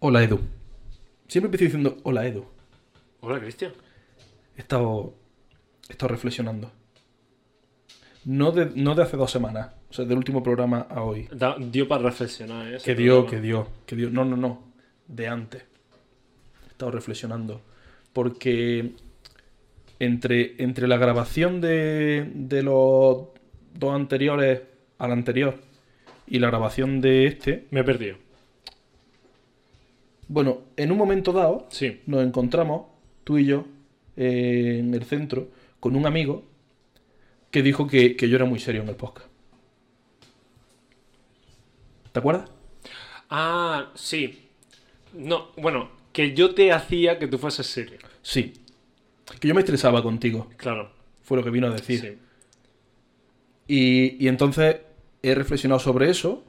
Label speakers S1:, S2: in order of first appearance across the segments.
S1: Hola Edu. Siempre empiezo diciendo hola Edu.
S2: Hola, Cristian.
S1: He estado, he estado reflexionando. No de, no de hace dos semanas, o sea, del último programa a hoy.
S2: Da- dio para reflexionar, ¿eh? ese
S1: Que dio,
S2: programa.
S1: que dio, que dio. No, no, no. De antes. He estado reflexionando. Porque entre, entre la grabación de, de los dos anteriores al anterior y la grabación de este,
S2: Me he perdido.
S1: bueno, en un momento dado
S2: Sí.
S1: nos encontramos, tú y yo, eh, en el centro, con un amigo que dijo que, que yo era muy serio en el podcast. ¿Te acuerdas?
S2: Ah, sí. No, bueno, que yo te hacía que tú fueses serio.
S1: Sí. Que yo me estresaba contigo,
S2: Claro.
S1: fue lo que vino a decir.
S2: sí.
S1: Y, y entonces he reflexionado sobre eso,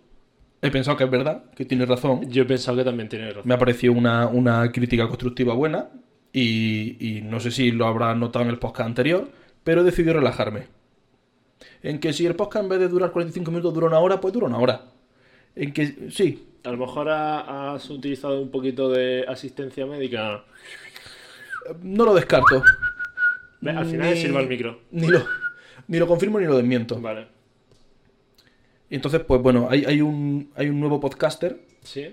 S1: he pensado que es verdad, que tienes razón,
S2: Yo he pensado que también tienes razón.
S1: me ha parecido una, una crítica constructiva buena y, y no sé si lo habrás notado en el podcast anterior, pero he decidido relajarme. En que si el podcast en vez de durar 45 minutos dura una hora, pues dura una hora. En que sí,
S2: A lo mejor ha- has utilizado un poquito de asistencia médica.
S1: no lo descarto.
S2: Ve, Al final
S1: Ni-
S2: sirva el micro.
S1: Ni lo, ni lo confirmo ni lo desmiento.
S2: Vale.
S1: Y entonces, pues bueno, hay, hay un, hay un nuevo podcaster
S2: ¿Sí?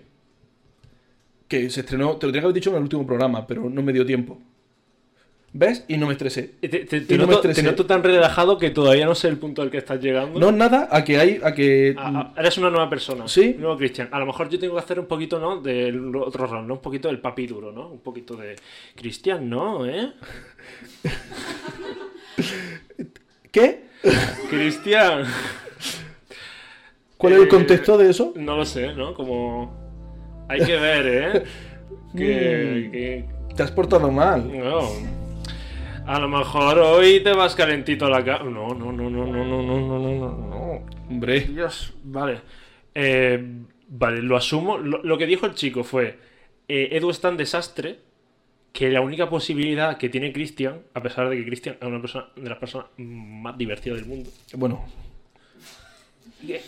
S1: que se estrenó, te lo tenía que haber dicho en el último programa, pero no me dio tiempo. ¿Ves? Y no me estresé.
S2: Te, te-
S1: Y
S2: te
S1: no me
S2: noto, te
S1: estresé.
S2: noto tan relajado que todavía no sé el punto al que estás llegando.
S1: No nada a que hay, a que...
S2: Ah, ah, eres una nueva persona.
S1: Mm. Sí.
S2: Un nuevo Cristian. A lo mejor yo tengo que hacer un poquito, ¿no? Del otro round, ¿no? Un poquito del papi duro, ¿no? Un poquito de. Cristian, no, ¿eh?
S1: ¿Qué?
S2: Cristian.
S1: ¿Cuál es el
S2: Eh,
S1: contexto de eso?
S2: No lo sé, ¿no? Como. Hay que ver, ¿eh? Que.
S1: Mm.
S2: que-
S1: Te has portado mal.
S2: No. A lo mejor hoy te vas calentito a la cara. No, no, no, no, no, no, no, no, no, no, no.
S1: Hombre.
S2: Dios, vale. Eh, vale, lo asumo. Lo, lo que dijo el chico fue: eh, Edu es tan desastre que la única posibilidad que tiene Cristian, a pesar de que Cristian es una persona, de las personas más divertidas del mundo,
S1: Bueno,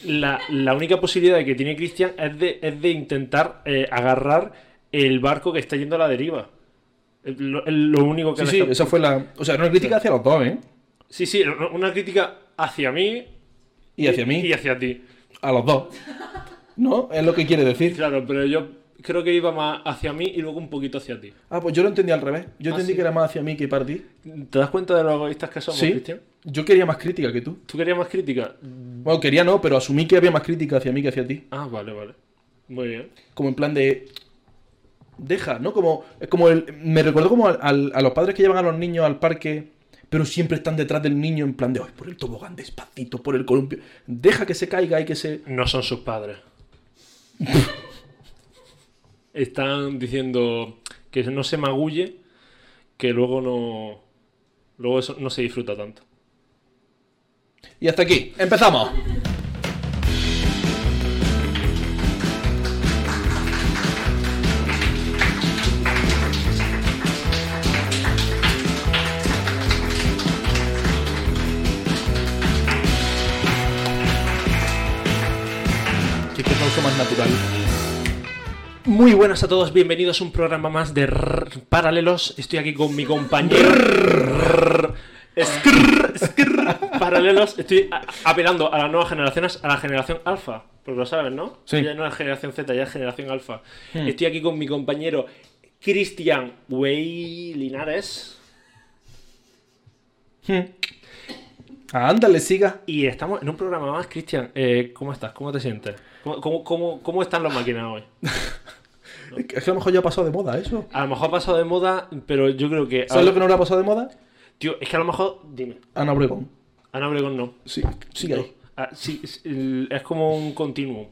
S2: la, la única posibilidad que tiene Cristian es de, es de intentar eh, agarrar el barco que está yendo a la deriva. Es Lo, es lo único que
S1: sí,
S2: le
S1: sí,
S2: está-
S1: esa fue la... O sea, era una crítica hacia los dos, ¿eh?
S2: sí, sí, una crítica hacia mí
S1: Y hacia
S2: y
S1: mí.
S2: hacia ti.
S1: A los dos. ¿No? Es lo que quiere decir.
S2: Claro, pero yo creo que iba más hacia mí y luego un poquito hacia ti.
S1: Ah, pues yo lo entendí al revés. Yo
S2: Ah,
S1: entendí
S2: sí.
S1: que era más hacia mí que para ti.
S2: ¿Te das cuenta de los egoístas que somos,
S1: Sí.
S2: Cristian?
S1: Yo quería más crítica que tú.
S2: ¿Tú querías más crítica?
S1: Bueno, quería no, pero asumí que había más crítica hacia mí que hacia ti.
S2: Ah, vale, vale. Muy bien.
S1: como en plan de deja, ¿no? Como es como el me recuerdo como al- al- a los padres que llevan a los niños al parque, pero siempre están detrás del niño en plan de, "Ay, por el tobogán despacito, por el columpio, deja que se caiga y que se
S2: No son sus padres. Están diciendo que no se magulle, que luego no. Luego eso no se disfruta tanto.
S1: Y hasta aquí, empezamos. Qué qué pausa más natural.
S2: Muy buenas a todos, bienvenidos a un programa más de Rrr Paralelos. Estoy aquí con mi compañero. Rrr, Skrrr, skrrr, Paralelos. Estoy a- apelando a las nuevas generaciones, a la generación alfa. Porque lo sabes, ¿no?
S1: Sí.
S2: Ya no es generación Z, ya es generación alfa. Estoy aquí con mi compañero Cristian Wey Linares.
S1: Hmm. Ándale, siga.
S2: Y estamos en un programa más, Cristian. Eh, ¿Cómo estás? ¿Cómo te sientes? ¿Cómo, cómo, cómo, cómo están las máquinas hoy?
S1: Es que a lo mejor ya ha pasado de moda eso.
S2: A lo mejor ha pasado de moda, pero yo creo que.
S1: ¿Sabes lo que no habrá pasado de moda?
S2: Tío, es que a lo mejor. Dime.
S1: Ana Obregón.
S2: Ana Obregón no.
S1: Sí, sigue ahí.
S2: No. Ah, sí, es, el- es como un continuum.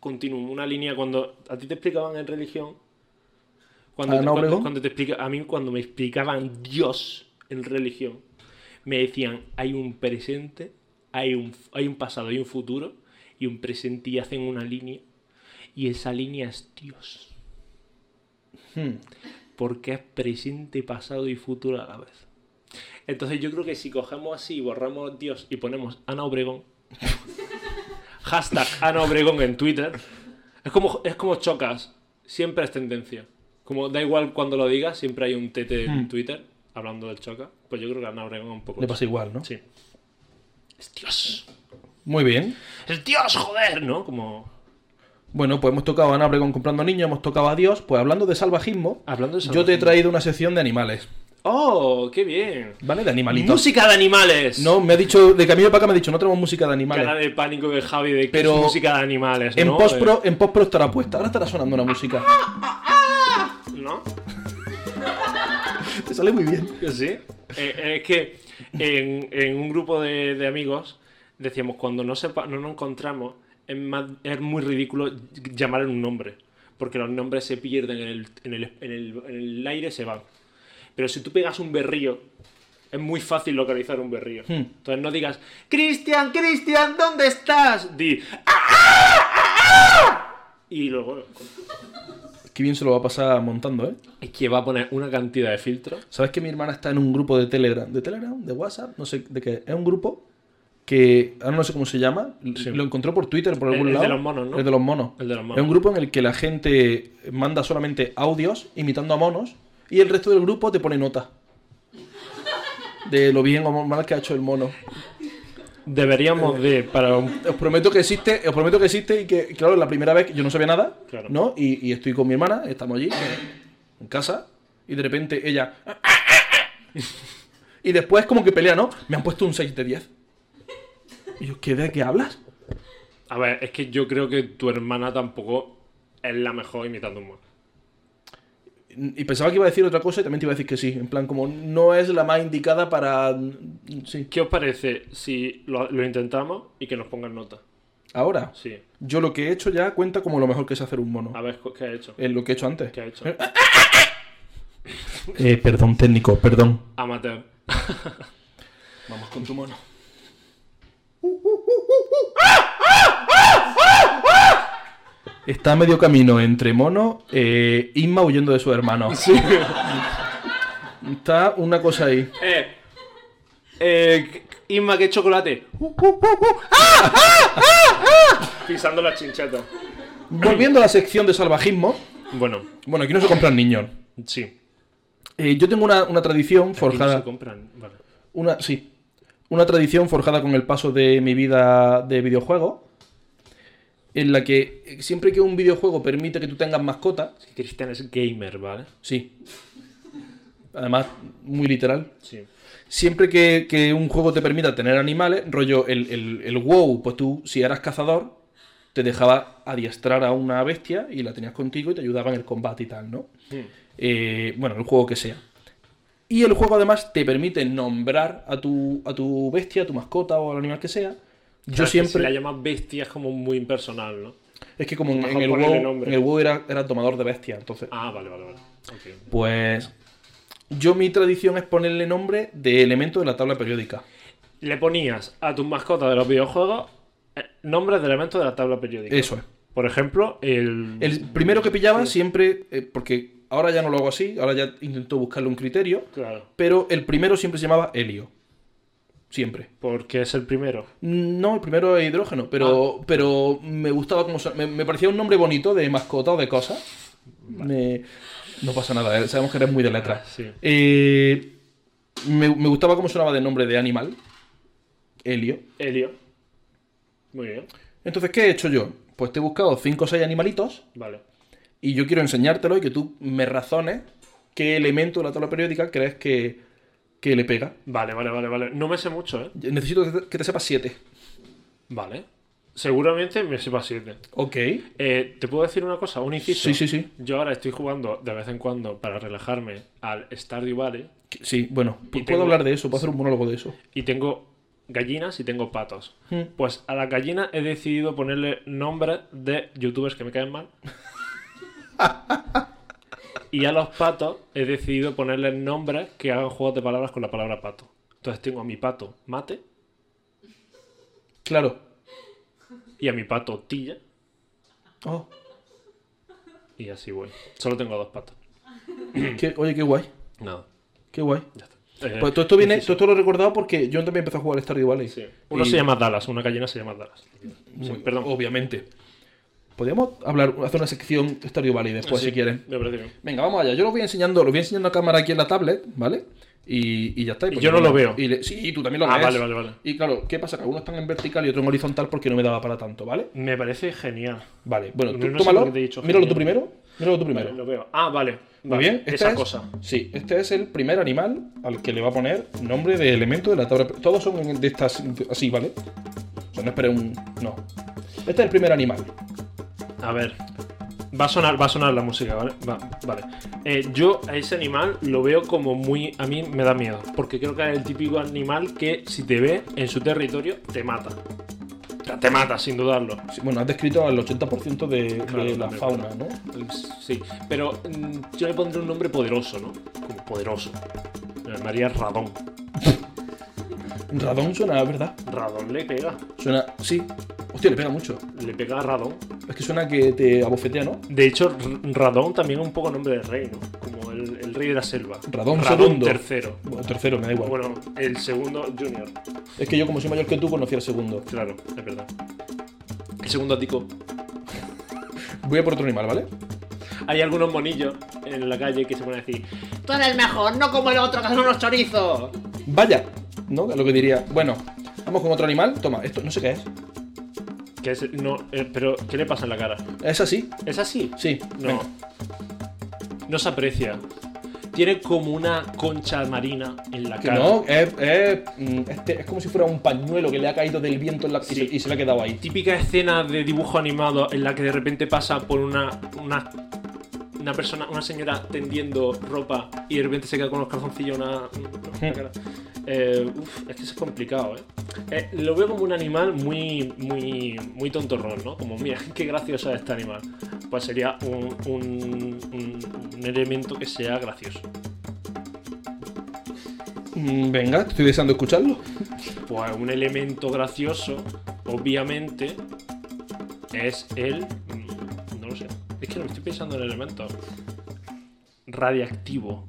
S2: Continuum, una línea cuando a ti te explicaban en religión. Cuando,
S1: ¿A
S2: te,
S1: Ana
S2: cuando,
S1: Obregón?
S2: cuando te explica, a mí cuando me explicaban Dios en religión, me decían, hay un presente, hay un, hay un pasado, hay un futuro, y un presente y hacen una línea, y esa línea es Dios,
S1: Hmm.
S2: porque es presente, pasado y futuro a la vez. Entonces yo creo que si cogemos así y borramos Dios y ponemos Ana Obregón, hashtag Ana Obregón en Twitter, es como, es como chocas. siempre es tendencia. Como da igual cuando lo digas, siempre hay un tete en
S1: Mm.
S2: Twitter hablando del choca. Pues yo creo que a Ana Obregón un poco.
S1: Le
S2: eso.
S1: pasa igual, ¿no?
S2: Sí. Es Dios.
S1: Muy bien.
S2: Es Dios, joder, ¿no? Como.
S1: Bueno, pues hemos tocado a Ana Obregón comprando niños, hemos tocado a Dios. Pues hablando de salvajismo,
S2: Hablando de
S1: yo te he
S2: salvajismo.
S1: traído una sección de animales,
S2: ¡Oh, qué bien!
S1: ¿vale? De animalitos.
S2: ¡Música de animales!
S1: No, me ha dicho, de camino para acá me ha dicho, no tenemos música de
S2: Cara
S1: animales.
S2: de pánico de Javi de que
S1: Pero-
S2: es música de animales,
S1: En
S2: ¿no?
S1: postpro, en postpro estará puesta, ahora estará sonando una música.
S2: Eh, ¿No?
S1: Te sale muy bien.
S2: Que Sí. Eh, eh, es que en, en un grupo de, de amigos decíamos, cuando no, sepa, no nos encontramos, es, más- es muy ridículo llamar en un nombre. Porque los nombres se pierden en el, en, el, en el- en el aire, se van. Pero si tú pegas un berrío, es muy fácil localizar un berrío.
S1: Hmm.
S2: Entonces no digas, Cristian, Cristian, ¿dónde estás? Di, "¡Ah, ah, ah, ah". Y luego,
S1: Qué bien se lo va a pasar montando, ¿eh?
S2: es que va a poner una cantidad de filtros.
S1: ¿Sabes que mi hermana está en un grupo de Telegram? ¿De Telegram? ¿De WhatsApp? No sé de qué. Es un grupo que ahora no sé cómo se llama.
S2: Sí.
S1: Lo encontró por Twitter, por
S2: El-
S1: algún
S2: el de
S1: lado.
S2: los monos, ¿no?
S1: El de los monos.
S2: El de los monos.
S1: Es un grupo en el que la gente manda solamente audios imitando a monos y el resto del grupo te pone notas. De lo bien o mal que ha hecho el mono.
S2: Deberíamos de, para un
S1: Os prometo que existe, os prometo que existe y que, claro, la primera vez que yo no sabía nada,
S2: Claro.
S1: ¿no? Y, y estoy con mi hermana, estamos allí, en casa, y de repente ella. Y después, como que pelea, ¿no? Me han puesto un 6 de 10. Y yo, ¿qué de qué hablas?
S2: A ver, es que yo creo que tu hermana tampoco es la mejor imitando humor.
S1: Y pensaba que iba a decir otra cosa y también te iba a decir que sí. En plan, como no es la más indicada para. Sí.
S2: ¿Qué os parece si lo, lo intentamos y que nos pongan nota?
S1: Ahora,
S2: Sí.
S1: yo lo que he hecho ya cuenta como lo mejor que es hacer un mono.
S2: A ver co- qué ha hecho.
S1: Es lo que he hecho antes.
S2: ¿Qué ha hecho?
S1: Eh, perdón, técnico, perdón.
S2: Amateur.
S1: Vamos con tu mono. Está a medio camino entre mono e Inma huyendo de su hermano. Está una cosa ahí.
S2: Eh. Eh. Inma, que chocolate. Pisando las chinchetas.
S1: Volviendo a la sección de salvajismo.
S2: Bueno,
S1: Bueno, aquí no se compran niños.
S2: sí.
S1: Eh, yo tengo una, una tradición
S2: Y no
S1: forjada.
S2: se compran. Vale.
S1: Una, sí. Una tradición forjada con el paso de mi vida de videojuego. En la que eh, siempre que un videojuego permite que tú tengas mascota,
S2: Es que Cristian es gamer, ¿vale?
S1: Sí. Además, muy literal.
S2: Sí.
S1: Siempre que, que un juego te permita tener animales, rollo el, el- el WoW, pues tú, si eras cazador, te dejaba adiestrar a una bestia y la tenías contigo y te ayudaba en el combate y tal, ¿no? Eh, bueno, el juego que sea. Y el juego además te permite nombrar a tu, a tu bestia, a tu mascota o al animal que sea. Yo
S2: Claro, es que
S1: siempre...
S2: Si la llamas bestia es como muy impersonal, ¿no?
S1: Es que como en,
S2: Mejor
S1: en el
S2: ponerle
S1: WoW,
S2: nombre.
S1: en el WoW era, era tomador de bestia, entonces...
S2: Ah, vale, vale, vale. Ok.
S1: Pues yo mi tradición es ponerle nombre de elemento de la tabla periódica.
S2: le ponías a tus mascotas de los videojuegos eh, nombres de elementos de la tabla periódica.
S1: Eso es.
S2: Por ejemplo, el.
S1: El primero que pillaba siempre, eh, porque ahora ya no lo hago así, ahora ya intento buscarle un criterio,
S2: Claro.
S1: pero el primero siempre se llamaba helio. Siempre.
S2: Porque es el primero.
S1: No, el primero es hidrógeno, pero, pero me gustaba como... son- Me, me parecía un nombre bonito de mascota o de cosa. Me- no pasa nada, eh, sabemos que eres muy de letras.
S2: Sí.
S1: Eh, me, me gustaba cómo sonaba de nombre de animal. Helio.
S2: Helio. Muy bien.
S1: Entonces, ¿qué he hecho yo? Pues te he buscado 5 o 6 animalitos
S2: Vale.
S1: y yo quiero enseñártelo y que tú me razones qué elemento de la tabla periódica crees que, que le pega.
S2: Vale, vale, vale, vale. No me sé mucho, ¿eh?
S1: Necesito que te- que te sepas 7.
S2: Vale. Seguramente me sepa siete.
S1: Ok.
S2: Eh, ¿Te puedo decir una cosa? Un inciso.
S1: Sí, sí, sí.
S2: Yo ahora estoy jugando de vez en cuando para relajarme al Stardew Valley
S1: Sí, bueno, pues puedo
S2: Y tengo-
S1: hablar de eso, puedo hacer un monólogo de eso.
S2: y tengo gallinas y tengo patos.
S1: Hmm.
S2: Pues a las gallinas he decidido ponerle nombres de youtubers que me caen mal. y a los patos he decidido ponerles nombres que hagan juegos de palabras con la palabra pato. Entonces tengo a mi pato mate
S1: Claro.
S2: y a mi pato tilla.
S1: Oh,
S2: Y así voy. Solo tengo a dos patos.
S1: qué- oye, qué guay.
S2: Nada.
S1: Qué guay.
S2: Ya está. Eh,
S1: Pues todo esto viene, todo esto lo he recordado porque yo también empecé a jugar al Stardew Valley.
S2: sí. Uno
S1: Y-
S2: se llama Dallas, una gallina se llama Dallas. Sí,
S1: Muy-
S2: perdón.
S1: Obviamente. Podríamos hablar, hacer una sección Stardew Valley después,
S2: Sí,
S1: si quieres.
S2: Me parece bien.
S1: Venga, vamos allá. Yo lo voy enseñando, lo voy enseñando a cámara aquí en la tablet, ¿vale? Y, y ya está.
S2: Y
S1: pues
S2: yo no lo veo.
S1: y le- sí, y tú también lo
S2: Ah,
S1: lees.
S2: vale, vale, vale.
S1: Y claro, ¿qué pasa? Que algunos están en vertical y otros en horizontal porque no me daba para tanto, ¿vale?
S2: Me parece genial.
S1: Vale, bueno,
S2: No-
S1: tú
S2: no sé
S1: tómalo.
S2: por qué te he dicho
S1: míralo
S2: genial.
S1: tú primero. Míralo tú primero.
S2: Lo veo. Ah, vale.
S1: Muy
S2: Vale,
S1: bien, este
S2: Esa
S1: es-
S2: cosa.
S1: Sí, este es el primer animal al que le va a poner nombre de elemento de la tabla. Todos son en- de estas así, ¿vale? O sea, no espere un. No. Este es el primer animal.
S2: A ver. Va a sonar, va a sonar la música, ¿vale? Va, vale. Eh, yo a ese animal lo veo como muy. A mí me da miedo. Porque creo que es el típico animal que si te ve en su territorio, te mata. O sea, Te mata, sin dudarlo.
S1: Sí, Bueno, has descrito al 80% de, de
S2: Claro,
S1: la
S2: claro,
S1: fauna,
S2: claro.
S1: ¿no?
S2: Sí, pero mm, yo le pondré un nombre poderoso, ¿no? Como poderoso. Le llamaría Radón.
S1: Radón suena, ¿verdad?
S2: Radón le pega.
S1: Suena. Sí. Hostia, le pega mucho.
S2: Le pega a Radón.
S1: Es que suena que te abofetea, ¿no?
S2: De hecho, R- Radón también es un poco nombre de rey, ¿no? Como el, el rey de la selva.
S1: Radón
S2: Radón
S1: segundo.
S2: tercero.
S1: Bueno, tercero, me da igual.
S2: Bueno, el segundo Junior.
S1: Es que yo, como soy mayor que tú, conocí al segundo.
S2: Claro, es verdad. El segundo ático.
S1: Voy a por otro animal, ¿vale?
S2: Hay algunos monillos en la calle que se ponen a decir.
S3: Tú eres el mejor, no como el otro que son unos chorizos.
S1: Vaya, ¿no? Lo que diría. Bueno, vamos con otro animal. Toma, esto no sé qué es.
S2: Que es, no, eh, pero, ¿qué le pasa en la cara?
S1: ¿Es así?
S2: ¿Es así?
S1: Sí.
S2: No.
S1: venga.
S2: No se aprecia. Tiene como una concha marina en la
S1: Que
S2: cara.
S1: no, es, es, mm, este, es como si fuera un pañuelo que le ha caído del viento en la, y
S2: Sí.
S1: se- y, se, le ha quedado ahí.
S2: Típica escena de dibujo animado en la que de repente pasa por una. una una persona, una señora tendiendo ropa y de repente se queda con los calzoncillos una, una cara. Eh, uf, es que eso es complicado, ¿eh? Eh, Lo veo como un animal muy, muy, muy tontorrón, ¿no? Como, mira, qué gracioso es este animal. Pues sería un, un- un- un elemento que sea gracioso.
S1: Mm, Venga, estoy deseando escucharlo.
S2: Pues un elemento gracioso, obviamente, es el. mm, No lo sé. Es que no estoy pensando en elementos. Radiactivo.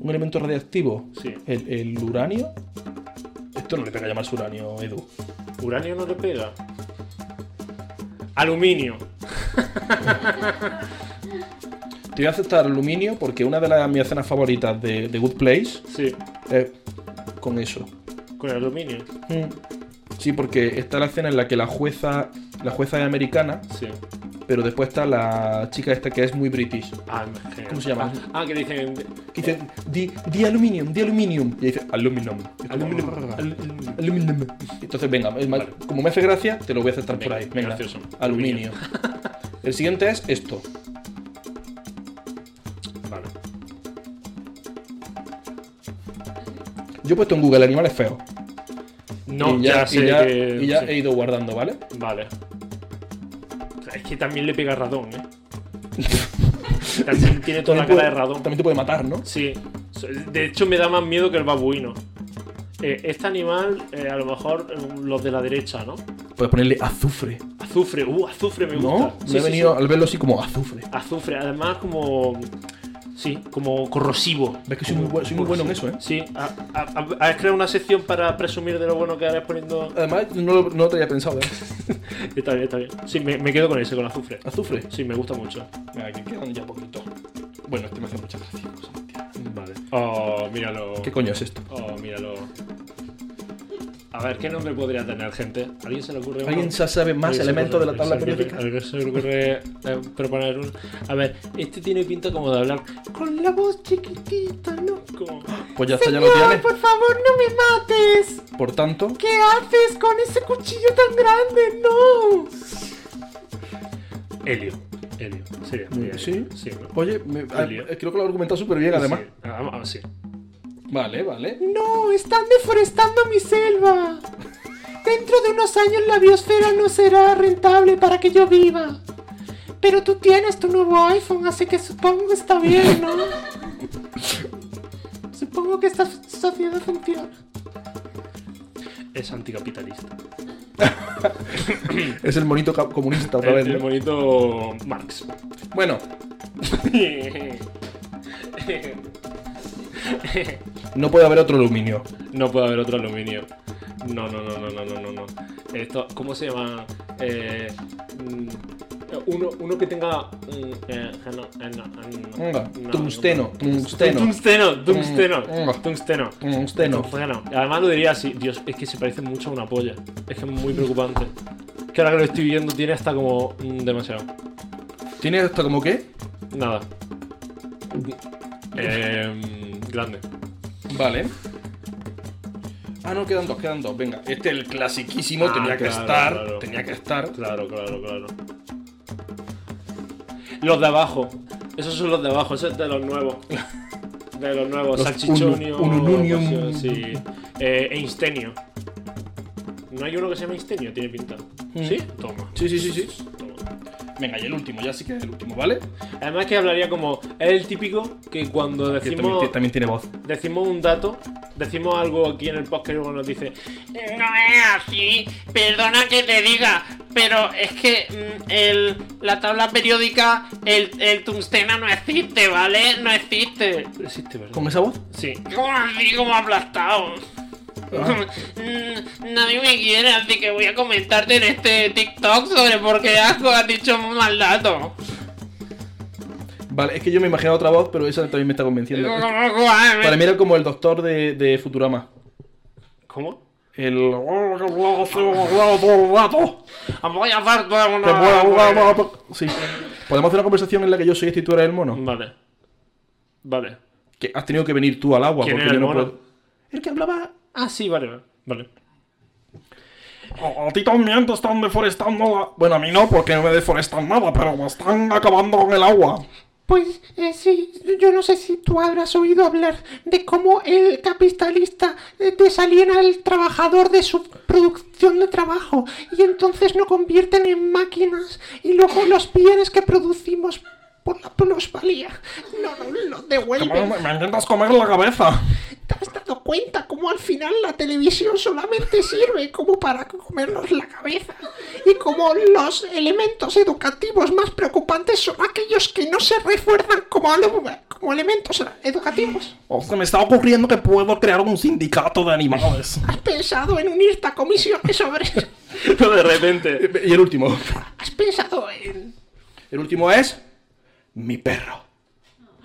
S1: Un elemento radiactivo.
S2: Sí.
S1: El, el uranio. Esto no le pega llamarse uranio, Edu.
S2: Uranio no le pega. Aluminio.
S1: Te voy a aceptar aluminio porque una de las mis escenas favoritas de, de Good Place
S2: Sí.
S1: es con eso.
S2: Con el aluminio.
S1: Mm. Sí, porque está la escena en la que la jueza, la jueza es americana,
S2: Sí.
S1: pero después está la chica esta que es muy british.
S2: Ah, genial.
S1: ¿Cómo se llama?
S2: Ah, que dicen.
S1: Que dice, di, di aluminium, di aluminium. Y dice, aluminum. Y es como,
S2: Aluminio.
S1: Aluminum. Entonces, venga, es más-
S2: Vale.
S1: como me hace gracia, te lo voy a aceptar por
S2: Venga,
S1: ahí. Venga,
S2: gracioso.
S1: aluminio. El siguiente es esto.
S2: Vale.
S1: Yo he puesto en Google animales feos.
S2: No,
S1: y
S2: ya,
S1: ya,
S2: sé
S1: y ya-
S2: que.
S1: y ya
S2: sí.
S1: he ido guardando, ¿vale?
S2: Vale. O sea, Es que también le pega radón, ¿eh? también tiene toda
S1: También
S2: la cara de
S1: puede-
S2: radón.
S1: También te puede matar, ¿no?
S2: Sí. De hecho, me da más miedo que el babuino. Eh, este animal, eh, a lo mejor eh, los de la derecha, ¿no?
S1: Puedes ponerle azufre.
S2: Azufre, uh, azufre me gusta.
S1: ¿No?
S2: Sí,
S1: me he
S2: sí,
S1: venido
S2: sí.
S1: al verlo así como azufre.
S2: Azufre, además como. Sí, como corrosivo.
S1: Ves que soy muy buen- soy muy bueno en eso, ¿eh?
S2: Sí, ha- ha- ha- has creado una sección para presumir de lo bueno que harás poniendo.
S1: Además, no, lo- no lo tenía pensado, ¿eh?
S2: Está bien, está bien. Sí, me, me quedo con ese, con azufre.
S1: Azufre.
S2: Sí, me gusta mucho.
S1: Venga, que quedan ya poquito. Bueno, este me hace mucha gracia. cosa más tierna.
S2: Vale. Oh, míralo.
S1: ¿Qué coño es esto?
S2: Oh, míralo. A ver, ¿qué nombre podría tener, gente? ¿Alguien se le ocurre uno?
S1: ¿Alguien ya sabe más
S2: ¿Alguien se
S1: elementos de
S2: ocurre-
S1: la tabla
S2: alguien se le ocurre-
S1: periódica?
S2: ¿Alguien se le ocurre eh, proponer uno? A ver, este tiene pinta como de hablar con la voz chiquitita, ¿no? Como...
S1: Pues ya está, ya lo tienes.
S3: por favor, no me mates.
S1: Por tanto,
S3: ¿Qué haces con ese cuchillo tan grande? No.
S2: Helio. Helio. Sería. sería
S1: Mm, ¿Sí?
S2: Helio. Sí, ¿no?
S1: oye, me- ah,
S2: lío.
S1: creo que lo he argumentado súper bien, además.
S2: Sí. Ah, ah, sí.
S1: Vale, vale.
S3: No, están deforestando mi selva. Dentro de unos años la biosfera no será rentable para que yo viva. Pero tú tienes tu nuevo iPhone, así que supongo que está bien, ¿no? supongo que esta sociedad funciona.
S2: Es anticapitalista.
S1: Es el monito ca- comunista otra vez,
S2: El, el
S1: ¿no?
S2: bonito Marx.
S1: Bueno, no puede haber otro aluminio.
S2: No puede haber otro aluminio. No, no, no, no, no, no, no. no. Esto, ¿cómo se llama? Eh, mm, uno, uno que tenga. mm, eh, no, eh, no, eh, no,
S1: Venga,
S2: no,
S1: tungsteno,
S2: no.
S1: tungsteno.
S2: Tungsteno, tungsteno.
S1: Venga.
S2: Tungsteno.
S1: Tungsteno.
S2: Tungsteno. Y Además lo diría así, Dios, es que se parece mucho a una polla. Es que es muy preocupante. Que ahora que lo estoy viendo tiene hasta como mm, demasiado.
S1: ¿Tiene esto como qué?
S2: Nada. Eh, grande.
S1: Vale. Ah, no, quedan dos, quedan dos. Venga, este es el clasiquísimo,
S2: Ah,
S1: tenía que
S2: claro,
S1: estar,
S2: claro.
S1: tenía que estar.
S2: Claro, claro, claro. Los de abajo. Esos son los de abajo, esos de los nuevos. De los nuevos,
S1: Los
S2: salchichonio.
S1: unu- ununium.
S2: cuestión, Sí. Eh, Einstenio. ¿No hay uno que se llama Einstenio? Tiene pinta.
S1: Mm.
S2: ¿Sí? Toma.
S1: Sí, sí, sí, sí.
S2: toma.
S1: Venga, y el último, ya sí que es el último, ¿vale?
S2: Además que hablaría como... Es el típico que cuando
S1: Ah, Que también,
S2: decimos...
S1: ti- también tiene voz.
S2: decimos un dato, decimos algo aquí en el podcast y luego nos dice,
S4: No es así, perdona que te diga, pero es que mm, el, la tabla periódica, el, el tungsteno no existe, ¿vale? No existe.
S2: "Pero existe, ¿verdad?".
S1: ¿Con esa voz?
S2: Sí.
S4: ¿Cómo así como aplastado? Mm, Nadie me quiere, así que voy a comentarte en este TikTok sobre por qué asco has dicho un mal dato.
S1: Vale, es que yo me imaginaba otra voz, pero esa también me está convenciendo. Para
S4: Para
S1: mí era como el doctor de, de Futurama.
S2: ¿Cómo?
S1: El. todo el rato.
S4: Voy a hacer todo
S1: Te muevo, muevo, muevo. Sí. Podemos hacer una conversación en la que yo soy este y tú eres el mono.
S2: Vale. Vale.
S1: Que has tenido que venir tú al agua
S2: ¿Quién
S1: porque
S2: era
S1: yo
S2: el
S1: no
S2: mono?
S1: puedo. El que hablaba.
S2: Ah, sí, vale, vale. Vale.
S1: A, a ti también te están deforestando. la- Bueno, a mí no, porque no me deforestan nada, pero me están acabando con el agua.
S3: Pues eh, sí, yo no sé si tú habrás oído hablar de cómo el capitalista eh, desaliena al trabajador de su producción de trabajo y entonces lo convierten en máquinas y luego los bienes que producimos por la plusvalía lo, lo
S1: Me,
S3: devuelven.
S1: me- me intentas comer la cabeza.
S3: ¿Te has dado cuenta cómo al final la televisión solamente sirve como para comernos la cabeza? Y como los elementos educativos más preocupantes son aquellos que no se refuerzan como, ele- como elementos educativos.
S1: O se me está ocurriendo que puedo crear un sindicato de animales.
S3: ¿Has pensado en unirte a comisiones sobre eso?
S2: Pero de repente.
S1: Eh, y el último.
S3: ¿Has pensado en...?
S1: El último es. Mi perro.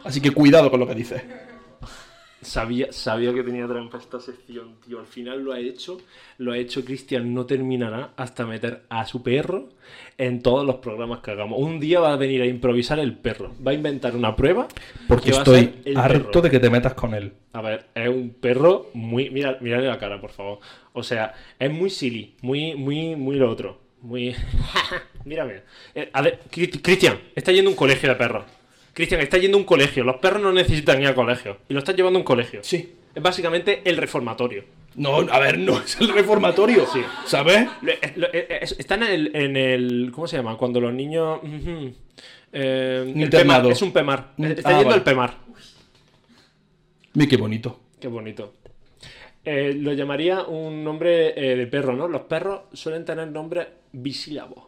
S1: Así que cuidado con lo que dices.
S2: Sabía, sabía que tenía trampa esta sección, tío. Al final lo ha hecho. Lo ha hecho Cristian. No terminará hasta meter a su perro en todos los programas que hagamos. Un día va a venir a improvisar el perro. Va a inventar una prueba. que va a ser el perro.
S1: que te metas con él.
S2: A ver, es un perro muy. Mira, mírale la cara, por favor. O sea, es muy silly, muy, muy, muy lo otro. Muy. Mírame. Eh, a ver, Cri- Cristian, está yendo a un colegio de perros. Cristian, está yendo a un colegio. Los perros no necesitan ir al colegio. Y lo estás llevando a un colegio.
S1: Sí.
S2: Es básicamente el reformatorio.
S1: No, a ver, no, es el reformatorio.
S2: Sí.
S1: ¿Sabes?
S2: Lo- eh, lo- eh, eh, Están en el, en el- ¿Cómo se llama? Cuando los niños. ujú, eh, el
S1: internado.
S2: PEMAR, es un PEMAR.
S1: Un-
S2: Está
S1: ah,
S2: yendo
S1: vale.
S2: al PEMAR.
S1: Mira qué bonito.
S2: Qué bonito. Eh, lo llamaría un nombre eh, de perro, ¿no? Los perros suelen tener nombres bisílabos.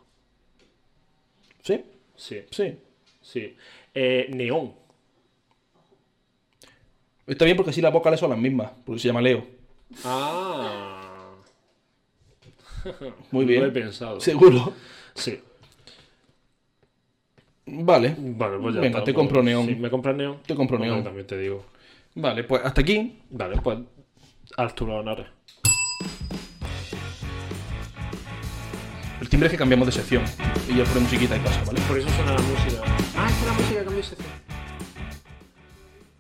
S1: Sí,
S2: Sí,
S1: sí.
S2: sí. Eh, neón.
S1: Está bien porque así las vocales son las mismas, porque se llama Leo.
S2: Ah.
S1: Muy
S2: Lo he
S1: bien.
S2: pensado. Sí.
S1: Seguro. Vale.
S2: Vale, pues ya
S1: Venga,
S2: está,
S1: te
S2: pues,
S1: compro neón.
S2: Sí, me compras neón.
S1: Te compro
S2: Hombre,
S1: neón.
S2: También te digo.
S1: Vale, pues hasta aquí.
S2: Vale, pues haz tú los honores.
S1: El timbre es que cambiamos de sección. Y ya pone musiquita y cosas, ¿vale?
S2: Por eso suena la música. Ah, es la música cambió sección.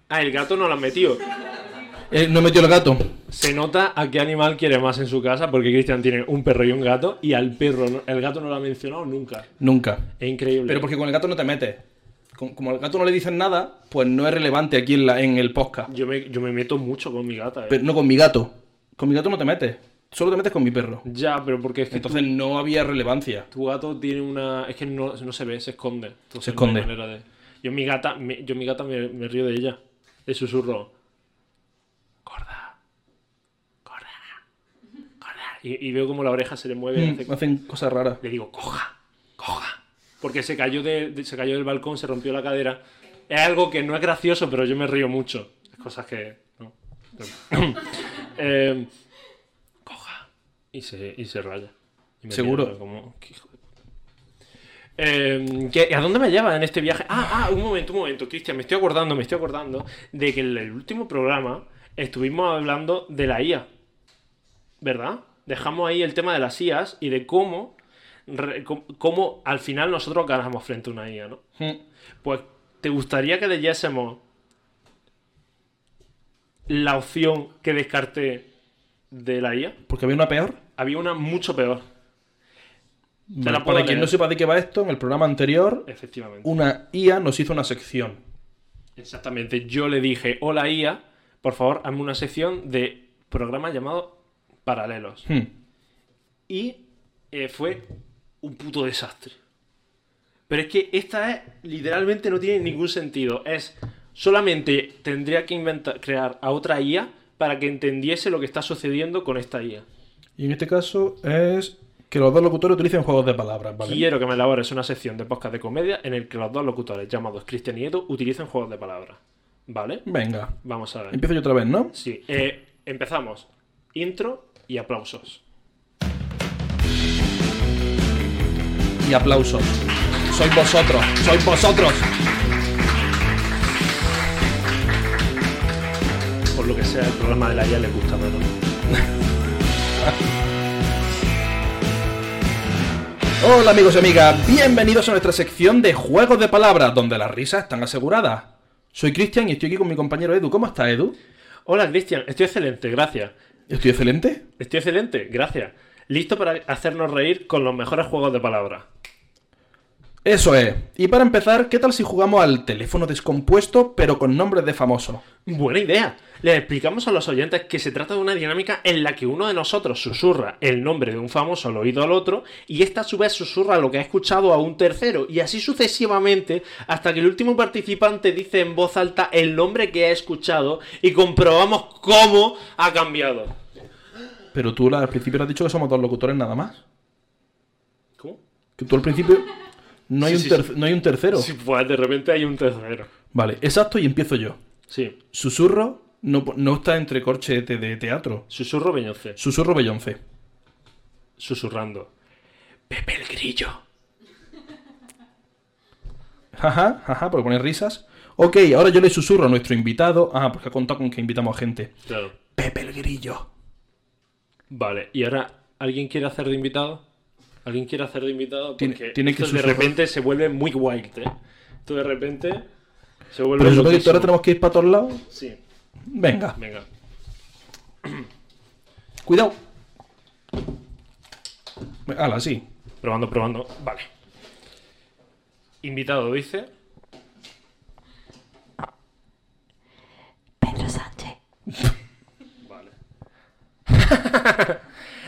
S2: Ah, el gato no la han metido.
S1: Eh, no metió el gato.
S2: Se nota a qué animal quiere más en su casa, porque Cristian tiene un perro y un gato, y al perro, no- el gato no lo ha mencionado nunca.
S1: Nunca.
S2: Es increíble.
S1: Pero porque con el gato no te metes. Con- Como al gato no le dicen nada, pues no es relevante aquí en, la, en el podcast.
S2: yo, me, yo me meto mucho con mi gata. eh.
S1: Pero no con mi gato. Con mi gato no te metes. Solo te metes con mi perro.
S2: Ya, pero porque es que
S1: Entonces no había relevancia.
S2: tu, tu gato tiene una. Es que no, no se ve, se esconde. Entonces
S1: Se esconde.
S2: no hay manera de- Yo mi gata, me, yo mi gata me, me río de ella. Le susurro. Gorda. Gorda. Gorda. Y, y veo como la oreja se le mueve. hace-
S1: Mm, Hacen cosas raras.
S2: Le digo, coja, coja. Porque se cayó, de, de- se cayó del balcón, se rompió la cadera. Es algo que no es gracioso, pero yo me río mucho. Es cosas que. no. Eh, coja. Y se, y se raya. Y me
S1: ¿Seguro?
S2: quedo como, "Qué hijo de puta". Eh, ¿qué- ¿A dónde me lleva en este viaje? Ah, ah, un momento, un momento, Cristian, me estoy acordando, me estoy acordando de que en el último programa estuvimos hablando de la IA, ¿verdad? Dejamos ahí el tema de las IAs y de cómo, re- cómo, cómo al final nosotros ganamos frente a una IA, ¿no?
S1: Hmm.
S2: Pues, ¿te gustaría que leyésemos la opción que descarté de la IA?
S1: Porque había una peor.
S2: Había una mucho peor, la
S1: Vale,
S2: puedo
S1: para quien
S2: leer.
S1: no sepa de qué va esto, en el programa anterior,
S2: efectivamente.
S1: una IA nos hizo una sección.
S2: Exactamente, yo le dije, hola IA, por favor, hazme una sección de programa llamado Paralelos.
S1: Hmm.
S2: Y eh, fue un puto desastre. Pero es que esta es, literalmente no tiene ningún sentido. Es, solamente tendría que inventar, crear a otra IA para que entendiese lo que está sucediendo con esta IA.
S1: Y en este caso es que los dos locutores utilicen juegos de palabras, ¿vale?
S2: Quiero que me elabores una sección de podcast de comedia en el que los dos locutores llamados Cristian y Edu utilicen juegos de palabras. ¿Vale?
S1: Venga,
S2: Vamos a ver.
S1: empiezo yo otra vez, ¿no?
S2: Sí, eh, empezamos. Intro y aplausos.
S1: Y aplausos. Sois vosotros, sois vosotros.
S2: Por lo que sea, el programa de la IA le gusta menos.
S1: Hola amigos y amigas, bienvenidos a nuestra sección de juegos de palabras, donde las risas están aseguradas. Soy Cristian y estoy aquí con mi compañero Edu. ¿Cómo está Edu?
S2: Hola, Cristian. Estoy excelente, gracias.
S1: Estoy excelente.
S2: Estoy excelente, gracias. Listo para hacernos reír con los mejores juegos de palabras.
S1: Eso es. Y para empezar, ¿qué tal si jugamos al teléfono descompuesto pero con nombres de famosos?
S2: Buena idea. Les explicamos a los oyentes que se trata de una dinámica en la que uno de nosotros susurra el nombre de un famoso al oído al otro y esta a su vez susurra lo que ha escuchado a un tercero y así sucesivamente hasta que el último participante dice en voz alta el nombre que ha escuchado y comprobamos cómo ha cambiado.
S1: Pero tú la- al principio le has dicho que somos dos locutores nada más.
S2: ¿Cómo?
S1: Que tú al principio no hay, un,
S2: Sí, sí,
S1: ter- no hay un tercero.
S2: Sí, pues de repente hay un tercero.
S1: Vale, exacto y empiezo yo.
S2: Sí,
S1: Susurro no, po- no está entre corchete de teatro.
S2: susurro Beñoce,
S1: Susurro Beyoncé.
S2: susurrando. Pepe el Grillo.
S1: Jaja, jaja, porque poner risas. Ok, ahora yo le susurro a nuestro invitado. Ah, porque ha contado con que invitamos a gente.
S2: Claro.
S1: Pepe el Grillo.
S2: Vale, y ahora, ¿alguien quiere hacer de invitado? ¿Alguien quiere hacer de invitado? Porque
S1: Tiene- tiene que
S2: esto de
S1: susurrar.
S2: repente se vuelve muy wild, ¿eh? Esto de repente se vuelve
S1: Pero supongo que ahora
S2: loquísimo.
S1: tenemos que ir para todos lados.
S2: Sí,
S1: Venga,
S2: venga.
S1: cuidado. Hala, sí.
S2: Probando, probando. Vale. Invitado dice...
S5: Pedro Sánchez.
S2: Vale.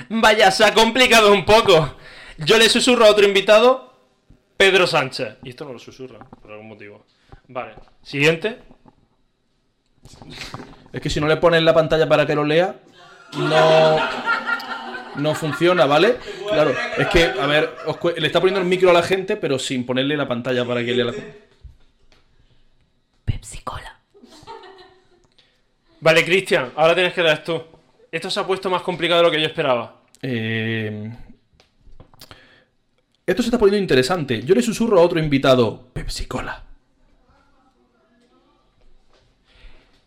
S2: Vaya, se ha complicado un poco. Yo le susurro a otro invitado, Pedro Sánchez. Y esto no lo susurra, por algún motivo. Vale. Siguiente.
S1: Es que si no le pones la pantalla para que lo lea, no, no funciona, ¿vale? Claro, es que, a ver, os cue- le está poniendo el micro a la gente, pero sin ponerle la pantalla para que lea la.
S5: Pepsi Cola.
S2: Vale, Cristian, ahora tienes que dar tú. Esto se ha puesto más complicado de lo que yo esperaba.
S1: Eh, Esto se está poniendo interesante. Yo le susurro a otro invitado, Pepsi Cola.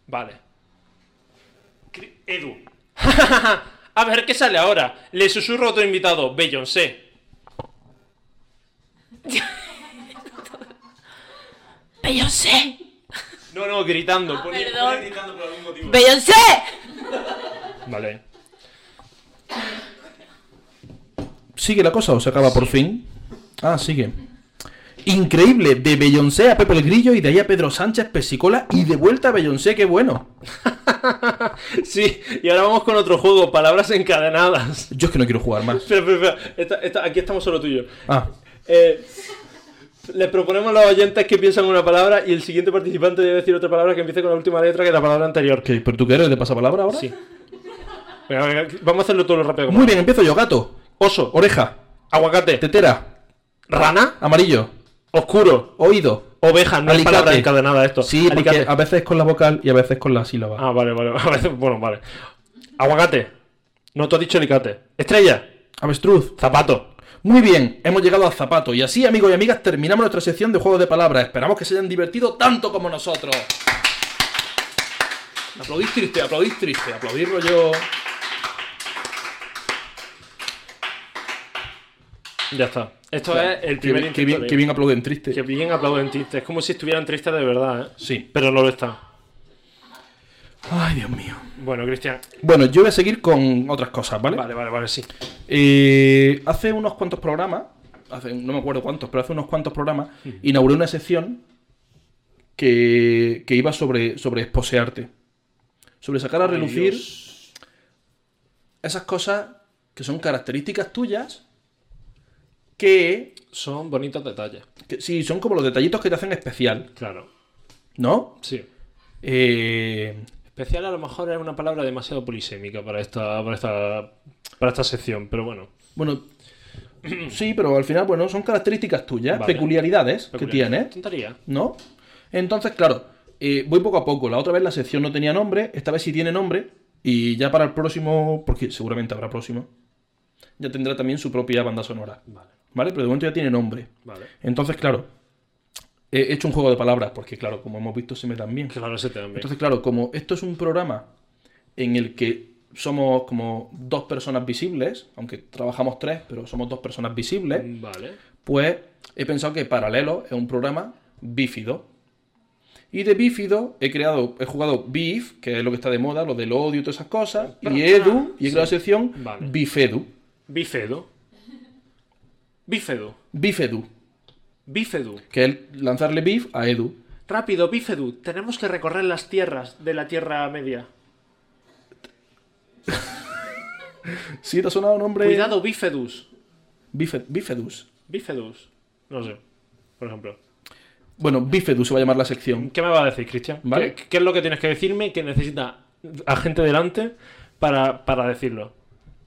S2: Vale. Cri- Edu. A ver, ¿qué sale ahora? Le susurro a otro invitado, Beyoncé.
S5: Beyoncé. Ah,
S2: No, no, gritando. ponle-
S5: perdón.
S2: ponle gritando por algún motivo.
S5: Beyoncé.
S2: Vale.
S1: ¿Sigue la cosa o se acaba por fin? Ah, sigue. Increíble, de Beyoncé a Pepe el Grillo y de ahí a Pedro Sánchez, Pepsi Cola y de vuelta a Beyoncé, qué bueno.
S2: Sí, y ahora vamos con otro juego, palabras encadenadas.
S1: Yo es que no quiero jugar más.
S2: Espera, espera, espera. Esta- esta- aquí estamos solo tuyos.
S1: Ah,
S2: Eh, les proponemos a los oyentes que piensan una palabra y el siguiente participante debe decir otra palabra que empiece con la última letra que la palabra anterior.
S1: ok, ¿pero tú qué eres de pasapalabra ahora?
S2: Sí. Venga, venga, vamos a hacerlo todo lo rápido. como-
S1: Muy bien, empiezo yo, gato.
S2: Oso,
S1: Oreja,
S2: aguacate,
S1: tetera,
S2: rana,
S1: amarillo,
S2: oscuro,
S1: oído.
S2: oveja, no es
S1: Alicate.
S2: palabra encadenada esto.
S1: Sí, porque
S2: Alicate.
S1: a veces con la vocal y a veces con la sílaba.
S2: Ah, vale, vale. a veces- bueno, vale. Aguacate. No, tú has dicho alicate. Estrella.
S1: Avestruz,
S2: Zapato.
S1: Muy bien, hemos llegado al zapato y así, amigos y amigas, terminamos nuestra sección de juegos de palabras. Esperamos que se hayan divertido tanto como nosotros. Aplaudís triste, aplaudís triste, aplaudirlo yo.
S2: Ya está. Esto es el
S1: Qué
S2: primer
S1: bien,
S2: intento.
S1: qué bien-
S2: de-
S1: qué bien aplauden triste.
S2: Que bien aplauden tristes. Es como si estuvieran tristes de verdad, ¿eh?
S1: Sí.
S2: Pero no lo están.
S1: Ay, Dios mío.
S2: Bueno, Cristian.
S1: Bueno, yo voy a seguir con otras cosas, ¿vale?
S2: Vale, vale, vale, sí.
S1: Eh, hace unos cuantos programas, hace- no me acuerdo cuántos, pero hace unos cuantos programas, inauguré una sección que, que iba sobre, sobre exposearte. Sobre sacar a relucir esas cosas que son características tuyas que,
S2: Son bonitos detalles.
S1: que sí, son como los detallitos que te hacen especial,
S2: Claro,
S1: ¿no?
S2: sí.
S1: Eh,
S2: Especial a lo mejor es una palabra demasiado polisémica para esta, para esta, para esta sección, pero bueno.
S1: bueno, sí, pero al final, bueno, son características tuyas,
S2: Vale.
S1: peculiaridades que
S2: peculiar.
S1: tienes.
S2: Tontería.
S1: ¿no? Entonces, claro, eh, voy poco a poco. La otra vez la sección no tenía nombre, esta vez sí tiene nombre. Y ya para el próximo, porque seguramente habrá próximo, ya tendrá también su propia banda sonora.
S2: Vale,
S1: ¿Vale? Pero de momento ya tiene nombre.
S2: vale.
S1: Entonces, claro, he hecho un juego de palabras, porque claro, como hemos visto, se me dan bien.
S2: Claro, se te dan bien.
S1: Entonces, claro, como esto es un programa en el que somos como dos personas visibles, aunque trabajamos tres, pero somos dos personas visibles,
S2: Vale.
S1: pues he pensado que Paralelo es un programa bífido. Y de bífido he creado, he jugado Beef, que es lo que está de moda, lo del odio y todas esas cosas, y Edu, y he creado la sección
S2: Vale.
S1: Bifedu.
S2: Bifedo. Bifedo.
S1: Bifedu,
S2: Bifedu.
S1: que es lanzarle Beef a Edu.
S2: Rápido, Bifedu. Tenemos que recorrer las tierras de la Tierra Media.
S1: ¿Sí te ha sonado nombre?
S2: Cuidado, Bifedus.
S1: Bife- Bifedus.
S2: Bifedus. No sé. Por ejemplo.
S1: Bueno, Bifedu se va a llamar la sección.
S2: ¿Qué me va a decir, Cristian?
S1: Vale.
S2: ¿Qué, qué es lo que tienes que decirme que necesita a gente delante para, para decirlo?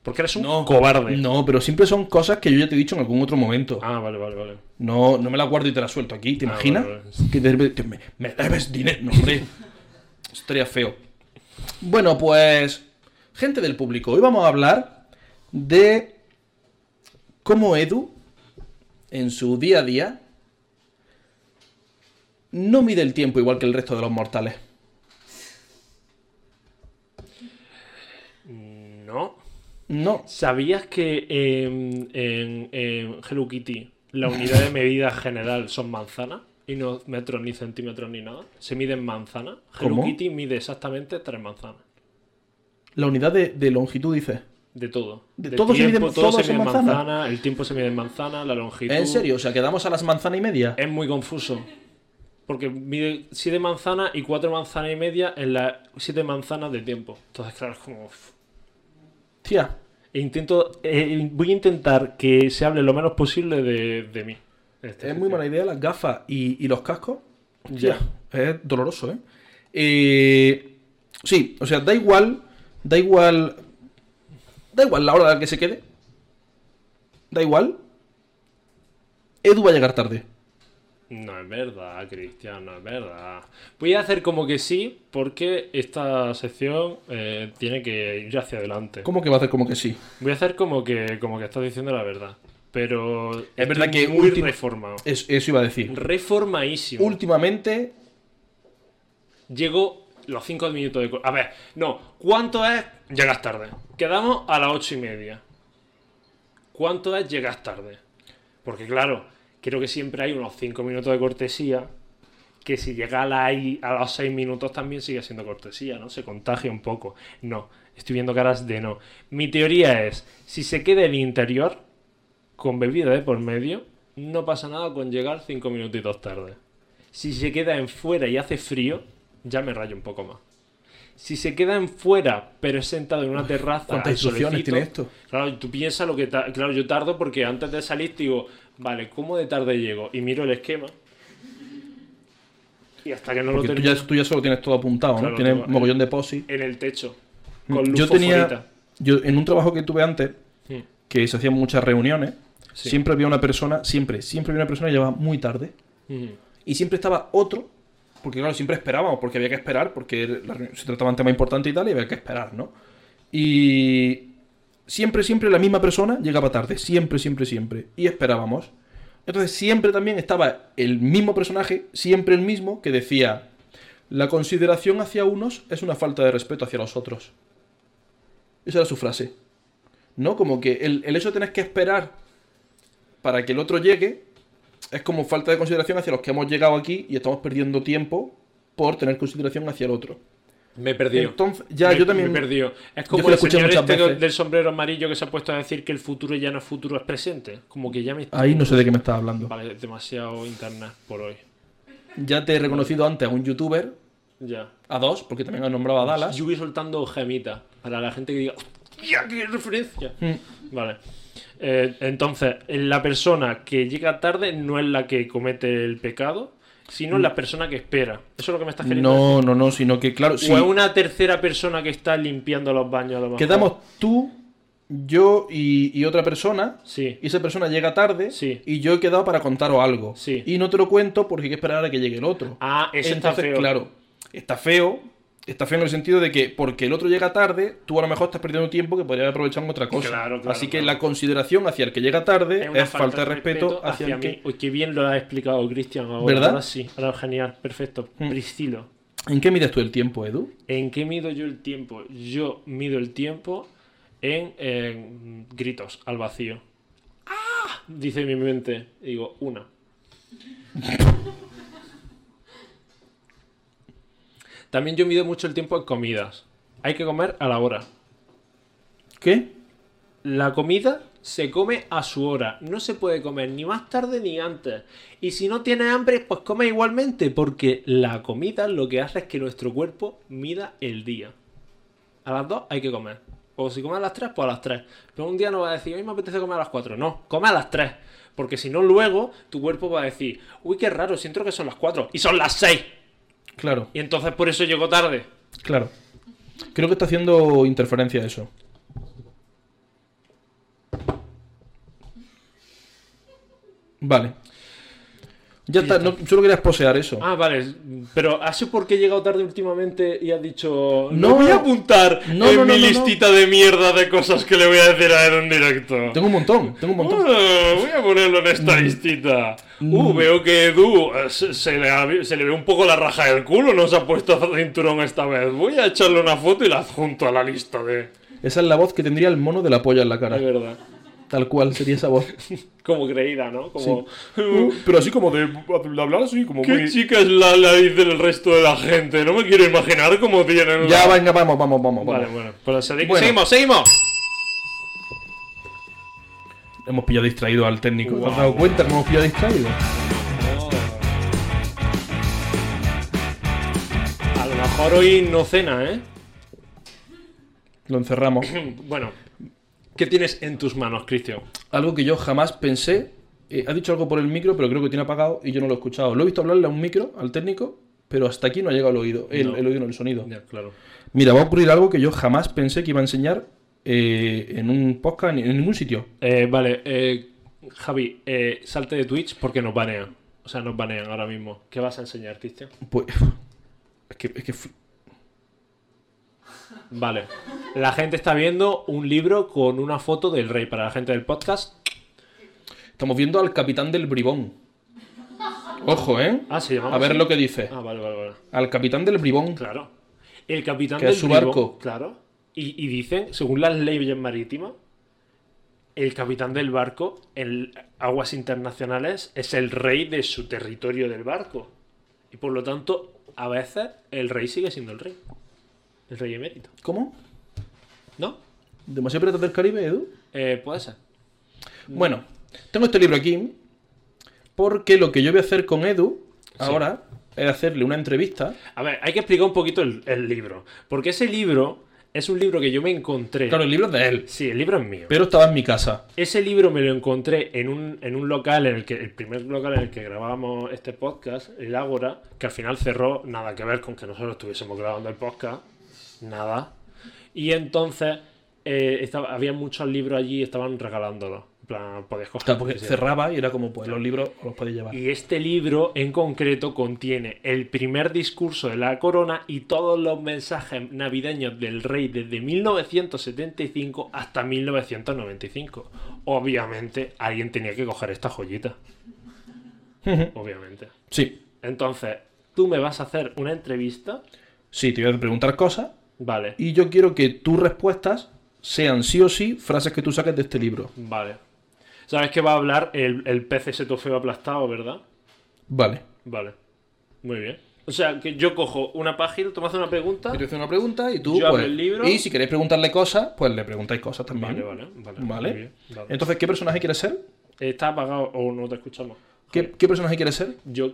S2: Porque eres un cobarde.
S1: No, pero siempre son cosas que yo ya te he dicho en algún otro momento.
S2: Ah, vale, vale, vale.
S1: No, no me la guardo y te la suelto aquí, ¿te
S2: Ah,
S1: imaginas?
S2: vale, vale.
S1: Que de repente me, me debes dinero, no, hombre. Estaría feo. Bueno, pues, gente del público, hoy vamos a hablar de cómo Edu, en su día a día, no mide el tiempo igual que el resto de los mortales.
S2: No.
S1: No.
S2: ¿Sabías que eh, en, en Hello Kitty la unidad de medida general son manzanas? Y no metros, ni centímetros, ni nada. Se miden manzanas. Hello
S1: ¿Cómo?
S2: Kitty mide exactamente tres manzanas.
S1: La unidad de, de longitud, dice.
S2: De todo.
S1: ¿De todo se mide- todo se mide en manzana?
S2: El tiempo se mide en manzana, la longitud.
S1: ¿En serio? O sea, quedamos a las manzanas y media.
S2: Es muy confuso. Porque mide 7 manzanas y 4 manzanas y media en las 7 manzanas de tiempo. Entonces, claro, es como. uf.
S1: Tía.
S2: E Intento, eh, voy a intentar que se hable lo menos posible de, de mí. Este
S1: Es muy mala idea las gafas y, y los cascos.
S2: Ya.
S1: Ya. Es doloroso, ¿eh? Eh, Sí, o sea, da igual. Da igual. Da igual la hora a la que se quede. Da igual. Edu va a llegar tarde.
S2: No es verdad, Cristian, no es verdad. Voy a hacer como que sí, porque esta sección eh, tiene que ir hacia adelante.
S1: ¿Cómo que va a hacer como que sí?
S2: Voy a hacer como que, como que estás diciendo la verdad. Pero. estoy
S1: verdad que
S2: Muy
S1: última-
S2: reformado.
S1: Es- eso iba a decir.
S2: Reformadísimo.
S1: Últimamente.
S2: Llego los 5 minutos de. co- A ver, no. ¿Cuánto es llegas tarde? Quedamos a las 8 y media. ¿Cuánto es llegas tarde? Porque, claro, creo que siempre hay unos 5 minutos de cortesía. Que si llega a, las ahí- a los 6 minutos también sigue siendo cortesía, ¿no? Se contagia un poco. No, estoy viendo caras de no. Mi teoría es: si se queda el interior con bebida de por medio, no pasa nada con llegar 5 minutitos tarde. Si se queda en fuera y hace frío, ya me rayo un poco más. Si se queda en fuera, pero es sentado en una terraza.
S1: ¿cuántas
S2: al
S1: instrucciones
S2: solecito,
S1: tiene esto?
S2: Claro, tú piensas lo que. ta- Claro, yo tardo porque antes de salir te digo, vale, ¿cómo de tarde llego? Y miro el esquema. Y hasta que no
S1: Porque
S2: lo
S1: tú ya,
S2: termino.
S1: tú ya solo tienes todo apuntado, ¿no?
S2: Claro,
S1: tienes
S2: tengo- eh.
S1: mogollón de posis.
S2: En el techo. Con luz
S1: Mm, yo tenía.
S2: fosforita.
S1: Yo, en un trabajo que tuve antes,
S2: Sí.
S1: que se hacían muchas reuniones,
S2: Sí.
S1: siempre había una persona, siempre, siempre había una persona que llegaba muy tarde.
S2: Ujú.
S1: Y siempre estaba otro, porque claro, siempre esperábamos, porque había que esperar, porque la reunión- se trataban temas importantes y tal, y había que esperar, ¿no? Y siempre, siempre la misma persona llegaba tarde. Siempre, siempre, siempre. Y esperábamos. Entonces siempre también estaba el mismo personaje, siempre el mismo, que decía, la consideración hacia unos es una falta de respeto hacia los otros. Esa era su frase. ¿No? Como que el, el hecho de tener que esperar para que el otro llegue es como falta de consideración hacia los que hemos llegado aquí y estamos perdiendo tiempo por tener consideración hacia el otro.
S2: Me he perdido.
S1: Entonces, ya,
S2: Me-
S1: yo también-
S2: Me he perdido. Es
S1: Yo
S2: como
S1: que lo
S2: el
S1: escuché
S2: señor
S1: muchas
S2: este que-
S1: veces.
S2: del sombrero amarillo que se ha puesto a decir que el futuro ya no es futuro, es presente. Como que ya me.
S1: Ahí no sé de qué me estás hablando.
S2: Vale, demasiado interna por hoy.
S1: Ya te he reconocido antes a un youtuber,
S2: Ya.
S1: a dos, porque también has nombrado a Dallas.
S2: Yo voy soltando gemitas para la gente que diga, ¡hostia, qué referencia!
S1: Mm.
S2: Vale. Eh, entonces, la persona que llega tarde no es la que comete el pecado, sino la persona que espera. Eso es lo que me estás queriendo decir.
S1: Mm. No, no, no, sino que claro, sí,
S2: O es una tercera persona que está limpiando los baños a lo mejor.
S1: quedamos tú, yo y, y otra persona.
S2: Sí.
S1: Y esa persona llega tarde
S2: Sí.
S1: y yo he quedado para contaros algo.
S2: Sí.
S1: Y no te lo cuento porque hay que esperar a que llegue el otro.
S2: Ah, eso está
S1: Entonces,
S2: feo.
S1: Claro, está feo. Está feo en el sentido de que porque el otro llega tarde, tú a lo mejor estás perdiendo tiempo que podrías aprovechar en otra cosa.
S2: Claro, claro,
S1: Así que
S2: claro.
S1: la consideración hacia el que llega tarde
S2: Es
S1: es,
S2: una
S1: falta de respeto, hacia, el que...
S2: mí. Uy, qué bien lo has explicado, Cristian. Ahora,
S1: ¿Verdad? Mm.
S2: ahora sí, ahora genial, perfecto. Priscilo,
S1: ¿En qué mides tú el tiempo, Edu?
S2: ¿en qué mido yo el tiempo? Yo mido el tiempo en, en gritos al vacío. ¡Ah! Dice mi mente. Y digo, una. También yo mido mucho el tiempo en comidas. Hay que comer a la hora.
S1: ¿Qué?
S2: La comida se come a su hora. No se puede comer ni más tarde ni antes. Y si no tienes hambre, pues come igualmente. Porque la comida lo que hace es que nuestro cuerpo mida el día. A las 2 hay que comer. O si comes a las 3, pues a las 3. Pero un día no vas a decir, hoy me apetece comer a las 4. No, come a las 3. Porque si no, luego tu cuerpo va a decir, uy, qué raro, siento que son las 4. Y son las 6.
S1: Claro,
S2: Y entonces por eso llegó tarde.
S1: claro. Creo que está haciendo interferencia eso. Vale. Ya está, no- solo querías posear eso.
S2: Ah, vale, pero ¿así por qué he llegado tarde últimamente y has dicho...
S1: No.
S2: No voy a apuntar
S1: No,
S2: en
S1: no, no,
S2: mi
S1: no, no.
S2: listita de mierda de cosas que le voy a decir a él en directo.
S1: Tengo un montón, tengo un montón.
S2: Ah, voy a ponerlo en esta listita. Uh, veo que Edu eh, se, se le, ha- se le ve un poco la raja del culo, no se ha puesto cinturón esta vez. Voy a echarle una foto y la adjunto a la lista de...
S1: Esa es la voz que tendría el mono de la polla en la cara.
S2: Es verdad.
S1: Tal cual sería esa voz.
S2: Como creída, ¿no? Como...
S1: Pero así como de, hablar así, como
S2: Uh, ¿Qué chica es la, la dicen el resto de la gente? No me quiero imaginar cómo tienen...
S1: Ya,
S2: la-
S1: venga, vamos, vamos, vamos.
S2: Vale,
S1: vamos.
S2: bueno. Pues se-
S1: Bueno.
S2: Seguimos, seguimos.
S1: Hemos pillado distraído al técnico. ¿Te has dado cuenta cómo hemos pillado distraído?
S2: Oh. A lo mejor hoy no cena, ¿eh?
S1: Lo encerramos.
S2: Bueno. ¿Qué tienes en tus manos, Cristian?
S1: algo que yo jamás pensé. eh, ha dicho algo por el micro, pero creo que tiene apagado y yo no lo he escuchado. Lo he visto hablarle a un micro, al técnico, pero hasta aquí no ha llegado el oído, el,
S2: No.
S1: el oído, no, el sonido.
S2: claro.
S1: Mira, va a ocurrir algo que yo jamás pensé que iba a enseñar eh, en un podcast, ni- en ningún sitio.
S2: vale, eh, Javi, eh, salte de Twitch porque nos banean. O sea, nos banean ahora mismo. ¿Qué vas a enseñar, Cristian?
S1: Pues. Es que. Es que fl-
S2: Vale. La gente está viendo un libro con una foto del rey. Para la gente del podcast.
S1: estamos viendo al capitán del bribón. Ojo, ¿eh?
S2: Ah, se llamaba
S1: A ver
S2: así?
S1: lo que dice.
S2: Ah, vale, vale, vale.
S1: Al capitán del bribón.
S2: Claro. El capitán
S1: Que
S2: del
S1: es su
S2: bribón,
S1: barco.
S2: Claro. Y, y dicen, según las leyes marítimas, el capitán del barco en aguas internacionales es el rey de su territorio del barco. Y por lo tanto, a veces el rey sigue siendo el rey. El rey emérito.
S1: ¿Cómo?
S2: ¿No?
S1: ¿Demasiado Piratas del Caribe, Edu?
S2: Eh, puede ser.
S1: Mm. Bueno, tengo este libro aquí porque lo que yo voy a hacer con Edu ahora es hacerle una entrevista.
S2: A ver, hay que explicar un poquito el, el libro. Porque ese libro es un libro que yo me encontré.
S1: Claro, el libro es de él,
S2: Sí, el libro es mío.
S1: pero estaba en mi casa.
S2: Ese libro me lo encontré en un, en un local, en el, que, el primer local en el que grabábamos este podcast, el Ágora, que al final cerró nada que ver con que nosotros estuviésemos grabando el podcast. Nada. Y entonces eh, estaba- había muchos libros allí y estaban regalándolos. En plan, podías coger.
S1: Claro,
S2: lo que
S1: porque
S2: sea.
S1: cerraba y era como, pues los libros os los podéis llevar.
S2: Y este libro en concreto contiene el primer discurso de la corona y todos los mensajes navideños del rey desde 1975 hasta 1995. Obviamente, alguien tenía que coger esta joyita. Obviamente.
S1: Sí,
S2: Entonces, tú me vas a hacer una entrevista.
S1: sí, te voy a preguntar cosas
S2: Vale,
S1: y yo quiero que tus respuestas sean sí o sí frases que tú saques de este libro.
S2: vale. Sabes que va a hablar el, el pez ese todo feo aplastado, ¿verdad?
S1: Vale.
S2: Vale. Muy bien. O sea, que yo cojo una página, tú me haces una pregunta.
S1: Yo te hace una pregunta y tú.
S2: Yo abro
S1: pues,
S2: el libro.
S1: Y si queréis preguntarle cosas, pues le preguntáis cosas también.
S2: Vale, vale, vale.
S1: Vale.
S2: Muy bien, vale. Eh,
S1: Entonces, ¿qué personaje quieres ser?
S2: Está apagado o no te escuchamos.
S1: ¿Qué, qué personaje quieres ser?
S2: Yo,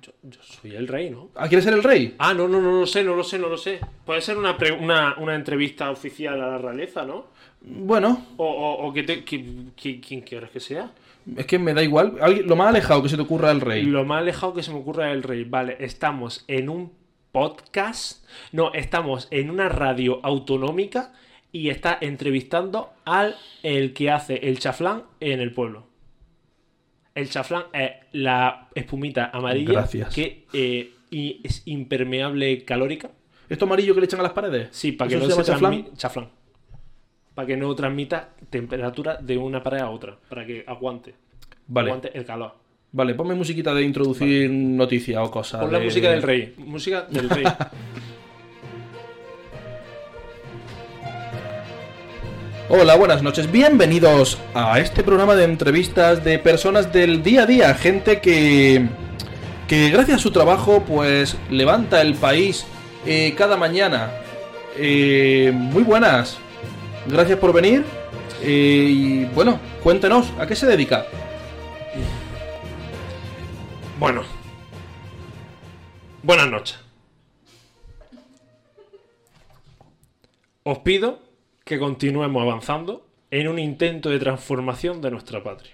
S2: yo. yo soy el rey, ¿no?
S1: Ah, ¿quieres ser el rey?
S2: Ah, no, no, no lo sé, no lo sé, no lo sé. Puede ser una, pre- una, una entrevista oficial a la realeza, ¿no?
S1: Bueno,
S2: O, o, o que te, que- que- ¿Quién quieres que sea?
S1: es que me da igual. Alguien- Lo más alejado que se te ocurra el rey.
S2: Lo más alejado que se me ocurra del rey. Vale, estamos en un podcast. No, estamos en una radio autonómica y está entrevistando al el que hace el chaflán en el pueblo. El chaflán es la espumita amarilla
S1: Gracias.
S2: que eh, y es impermeable calórica.
S1: ¿Esto amarillo que le echan a las paredes?
S2: Sí, para que
S1: ¿Eso
S2: no se,
S1: llama chaflán?
S2: transmi- chaflán. Para que no transmita temperatura de una pared a otra. Para que aguante.
S1: Vale,
S2: Aguante el calor.
S1: vale, ponme musiquita de introducir noticias o cosas.
S2: Pon la
S1: de-
S2: música del rey. Música del rey.
S1: Hola, buenas noches. Bienvenidos a este programa de entrevistas de personas del día a día, gente que que gracias a su trabajo pues levanta el país eh, cada mañana. Eh, muy buenas. Gracias por venir. Eh, y bueno, cuéntenos a qué se dedica.
S2: Bueno. Buenas noches. Os pido que continuemos avanzando en un intento de transformación de nuestra patria.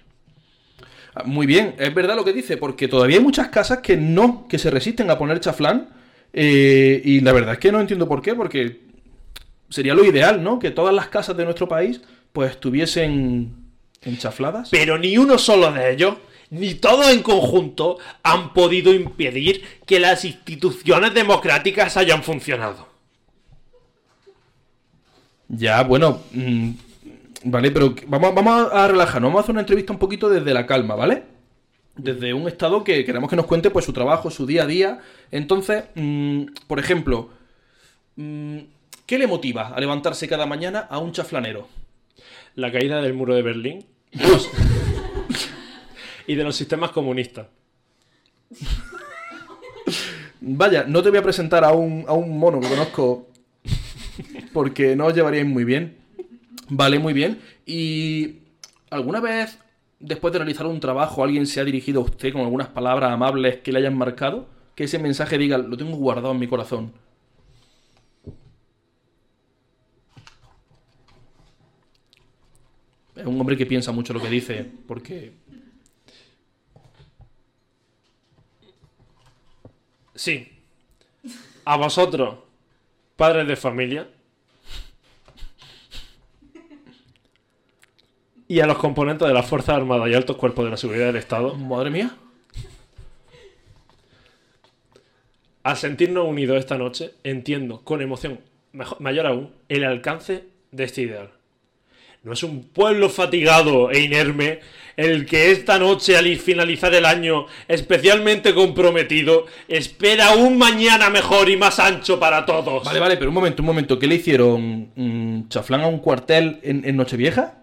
S1: Ah, Muy bien, es verdad lo que dice, porque todavía hay muchas casas que no, que se resisten a poner chaflán. eh, y la verdad es que no entiendo por qué, porque sería lo ideal, ¿no? Que todas las casas de nuestro país pues estuviesen enchafladas.
S2: Pero ni uno solo de ellos, ni todos en conjunto, han podido impedir que las instituciones democráticas hayan funcionado.
S1: Ya, bueno, mm, vale, pero que- vamos, vamos a relajarnos, vamos a hacer una entrevista un poquito desde la calma, ¿vale? Desde un estado que queremos que nos cuente pues su trabajo, su día a día. Entonces, mm, por ejemplo, mm, ¿qué le motiva a levantarse cada mañana a un chaflanero?
S2: La caída del muro de Berlín y de los- y de los sistemas comunistas.
S1: Vaya, no te voy a presentar a un, a un mono que conozco porque no os llevaríais muy bien. Vale, muy bien. ¿Y alguna vez, después de realizar un trabajo, alguien se ha dirigido a usted con algunas palabras amables que le hayan marcado? Que ese mensaje diga, lo tengo guardado en mi corazón. Es un hombre que piensa mucho lo que dice, porque...
S2: Sí. A vosotros, padres de familia. Y a los componentes de las Fuerzas Armadas y altos cuerpos de la seguridad del Estado,
S1: Madre mía.
S2: al sentirnos unidos esta noche, entiendo con emoción mejo- mayor aún el alcance de este ideal. No es un pueblo fatigado e inerme el que esta noche al finalizar el año, especialmente comprometido, espera un mañana mejor y más ancho para todos.
S1: Vale, vale, pero un momento, un momento. ¿Qué le hicieron? mm, ¿Chaflán a un cuartel en, en Nochevieja?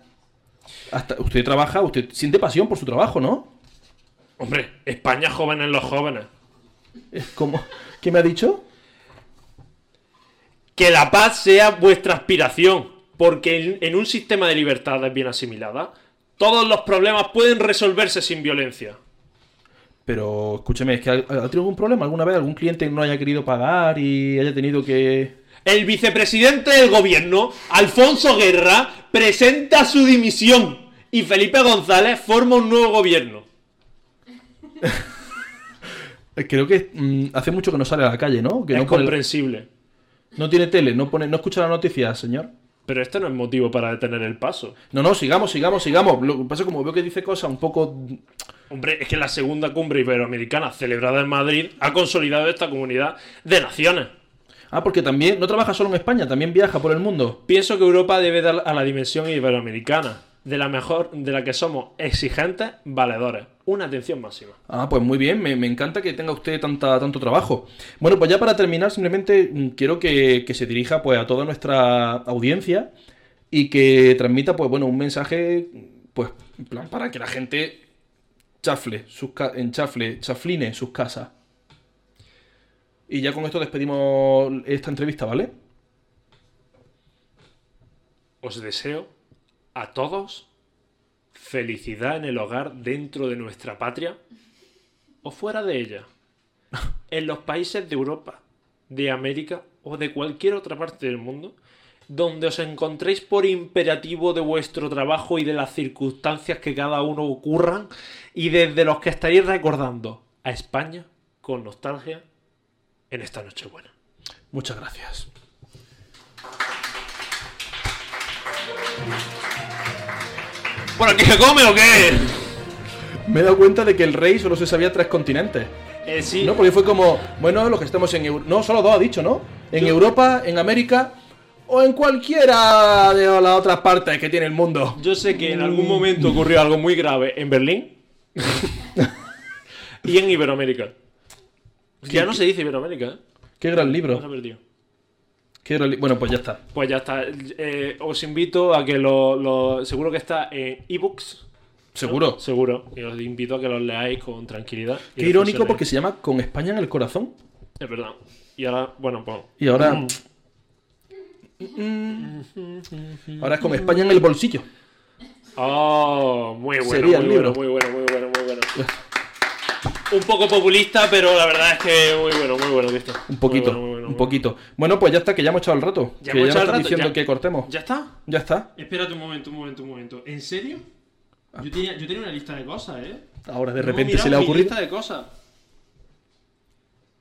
S1: Hasta, usted trabaja, usted siente pasión por su trabajo, ¿no?
S2: Hombre, España joven en los jóvenes.
S1: Es como. ¿Qué me ha dicho?
S2: Que la paz sea vuestra aspiración, porque en, en un sistema de libertades bien asimilada, todos los problemas pueden resolverse sin violencia.
S1: Pero escúcheme, ¿es que ha, ha tenido algún problema alguna vez? ¿Algún cliente no haya querido pagar y haya tenido que.?
S2: El vicepresidente del gobierno, Alfonso Guerra, presenta su dimisión y Felipe González forma un nuevo gobierno.
S1: Eh, Creo que mm, hace mucho que no sale a la calle, ¿no? Que
S2: es
S1: no, pone-
S2: comprensible.
S1: no tiene tele, no, pone, no escucha las noticias, señor.
S2: Pero esto no es motivo para detener el paso.
S1: No, no, sigamos, sigamos, sigamos. Lo que pasa es que como veo que dice cosas un poco. mm,
S2: Hombre, es que la segunda cumbre iberoamericana celebrada en Madrid ha consolidado esta comunidad de naciones.
S1: Ah, porque también no trabaja solo en España, también viaja por el mundo.
S2: Pienso que Europa debe dar a la dimensión iberoamericana, de la mejor, de la que somos exigentes, valedores. Una atención máxima.
S1: Ah, pues muy bien, me, me encanta que tenga usted tanta, tanto trabajo. Bueno, pues ya para terminar, simplemente mm, quiero que, que se dirija pues, a toda nuestra audiencia y que transmita, pues bueno, un mensaje, pues, en plan, para que la gente chafle, sus ca- enchafle, chafline sus casas. Y ya con esto despedimos esta entrevista, ¿vale?
S2: Os deseo a todos felicidad en el hogar dentro de nuestra patria o fuera de ella, en los países de Europa, de América o de cualquier otra parte del mundo, donde os encontréis por imperativo de vuestro trabajo y de las circunstancias que cada uno ocurran y desde los que estaréis recordando a España con nostalgia en esta noche buena.
S1: Muchas gracias.
S2: ¿Por aquí se come o qué?
S1: Me he dado cuenta de que el rey solo se sabía tres continentes.
S2: Eh, sí.
S1: No, porque fue como, bueno, los que estamos en Europa. No, solo dos ha dicho, ¿no? En Europa, en América o en cualquiera de las otras partes que tiene el mundo.
S2: Yo sé que en algún momento ocurrió algo muy grave en Berlín y en Iberoamérica. Ya no se dice Iberoamérica, ¿eh?
S1: Qué gran
S2: No se ha
S1: libro.
S2: perdido.
S1: Qué gran li- bueno, pues ya está.
S2: Pues ya está. Eh, os invito a que lo, lo- Seguro que está en ebooks.
S1: Seguro.
S2: Seguro. Y os invito a que los leáis con tranquilidad. y
S1: Qué
S2: los
S1: irónico
S2: funcionéis.
S1: porque se llama Con España en el corazón.
S2: Es verdad. Y ahora, bueno, pues.
S1: Y ahora... Mm. Ahora es con España en el bolsillo.
S2: Oh, muy bueno,
S1: Sería
S2: muy
S1: el libro.
S2: bueno, muy bueno, muy bueno, muy bueno. Un poco populista, pero la verdad es que muy bueno, muy bueno esto.
S1: Un poquito, un
S2: Muy bueno, muy bueno, muy bueno.
S1: poquito. Bueno, pues ya está, que ya hemos echado el rato.
S2: Ya
S1: que ya
S2: hemos echado
S1: me
S2: el
S1: estás
S2: rato,
S1: diciendo
S2: ya.
S1: que cortemos.
S2: ¿Ya está?
S1: Ya está.
S2: Espérate un momento, un momento, un momento. ¿En serio? Yo tenía, yo tenía una lista de cosas, ¿eh?
S1: Ahora Ah. de
S2: No,
S1: repente
S2: mira,
S1: se le ha
S2: mi
S1: ocurrido...
S2: lista de cosas.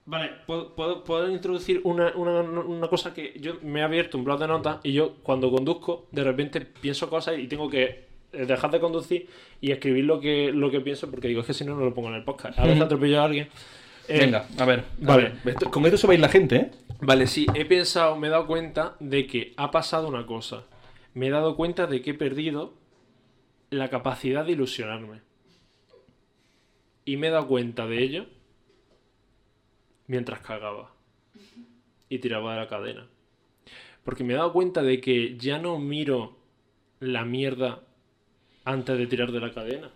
S2: Vale, ¿puedo, puedo- puedo introducir una, una- una cosa que yo me he abierto un blog de notas y yo cuando conduzco de repente pienso cosas y tengo que eh, dejar de conducir y escribir lo que, lo que pienso porque digo es que si no no lo pongo en el podcast. A veces atropello a alguien. Eh,
S1: Venga, a ver. a
S2: vale.
S1: ver. Esto- con esto se va a ir la gente, ¿eh?
S2: Vale, sí, he pensado, me he dado cuenta de que ha pasado una cosa. Me he dado cuenta de que he perdido la capacidad de ilusionarme. Y me he dado cuenta de ello mientras cagaba y tiraba de la cadena. Porque me he dado cuenta de que ya no miro la mierda antes de tirar de la cadena.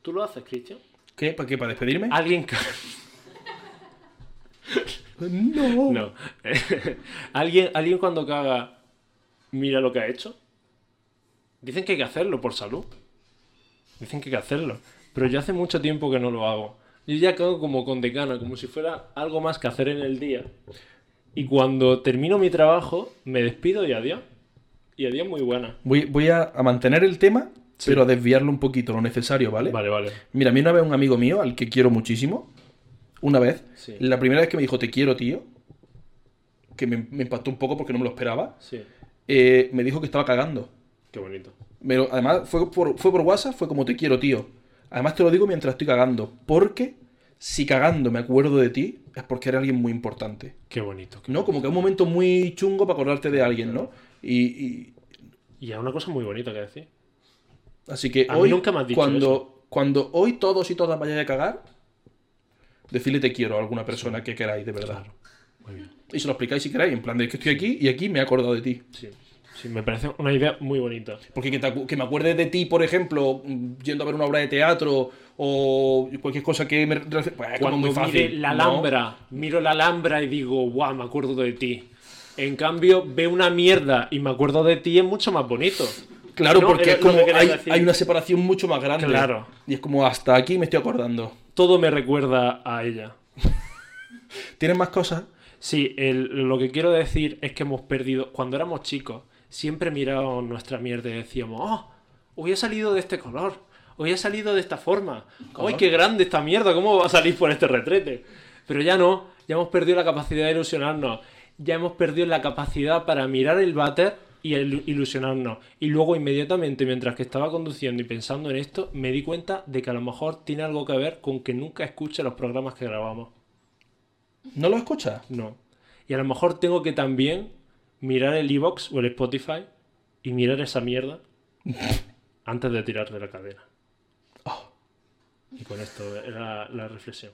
S2: ¿Tú lo haces, Cristian?
S1: ¿Qué? ¿Para qué? ¿Para despedirme?
S2: Alguien ca-
S1: No.
S2: No. ¿Alguien, ¿Alguien cuando caga mira lo que ha hecho? Dicen que hay que hacerlo por salud. Dicen que hay que hacerlo. Pero yo hace mucho tiempo que no lo hago. Yo ya cago como con decana, como si fuera algo más que hacer en el día. Y cuando termino mi trabajo, me despido y adiós. Y adiós muy buena.
S1: Voy, voy a, a mantener el tema,
S2: Sí.
S1: pero a desviarlo un poquito, lo necesario, ¿vale?
S2: Vale, vale.
S1: Mira, a mí una vez un amigo mío, al que quiero muchísimo, una vez,
S2: Sí.
S1: la primera vez que me dijo te quiero, tío, que me, me impactó un poco porque no me lo esperaba,
S2: Sí.
S1: eh, me dijo que estaba cagando.
S2: Qué bonito.
S1: Me lo- además, fue por, fue por WhatsApp, fue como te quiero, tío. Además, te lo digo mientras estoy cagando, porque si cagando me acuerdo de ti, es porque era alguien muy importante.
S2: Qué bonito. qué-
S1: ¿No? Como que es un momento muy chungo para acordarte de alguien, ¿no? Y, y-
S2: Y hay una cosa muy bonita que decir.
S1: así que
S2: A mí
S1: hoy,
S2: nunca me has dicho
S1: cuando,
S2: eso.
S1: cuando hoy todos y todas vayáis a cagar, decirle te quiero a alguna persona que queráis, de verdad.
S2: Muy bien.
S1: Y se lo explicáis si queráis, en plan de que estoy aquí y aquí me he acordado de ti.
S2: Sí. Sí, me parece una idea muy bonita.
S1: Porque que, te acu- que me acuerde de ti, por ejemplo, mm, yendo a ver una obra de teatro o cualquier cosa que me... Pues es como
S2: Cuando
S1: muy fácil.
S2: mire la
S1: ¿no?
S2: Alhambra, miro la Alhambra y digo, guau, me acuerdo de ti. En cambio, ve una mierda y me acuerdo de ti es mucho más bonito.
S1: Claro,
S2: No,
S1: porque
S2: era
S1: es
S2: lo que
S1: como
S2: quería
S1: hay,
S2: decir.
S1: hay una separación mucho más grande.
S2: Claro.
S1: Y es como hasta aquí me estoy acordando.
S2: Todo me recuerda a ella.
S1: ¿Tienes más cosas?
S2: Sí, el- lo que quiero decir es que hemos perdido. Cuando éramos chicos, siempre mirábamos nuestra mierda y decíamos, ¡oh! Hoy ha salido de este color. Hoy ha salido de esta forma. ¡Ay, qué grande esta mierda! ¿Cómo va a salir por este retrete? Pero ya no. Ya hemos perdido la capacidad de ilusionarnos. Ya hemos perdido la capacidad para mirar el váter y el- ilusionarnos. Y luego inmediatamente, mientras que estaba conduciendo y pensando en esto, me di cuenta de que a lo mejor tiene algo que ver con que nunca escuche los programas que grabamos.
S1: ¿No lo escuchas?
S2: No. Y a lo mejor tengo que también mirar el iBox o el Spotify y mirar esa mierda antes de tirar de la cadena. Oh. Y con esto era la reflexión.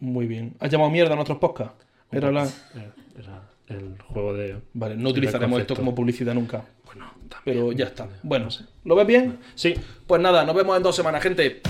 S1: Muy bien. ¿Has llamado mierda a nuestros podcasts? Era la...
S2: Era- Era el juego de.
S1: Vale, no utilizaremos esto
S2: concepto.
S1: como publicidad nunca.
S2: Bueno, también.
S1: Pero ya está. Bueno, ¿lo ves bien?
S2: Sí,
S1: Pues nada, nos vemos en dos semanas, gente.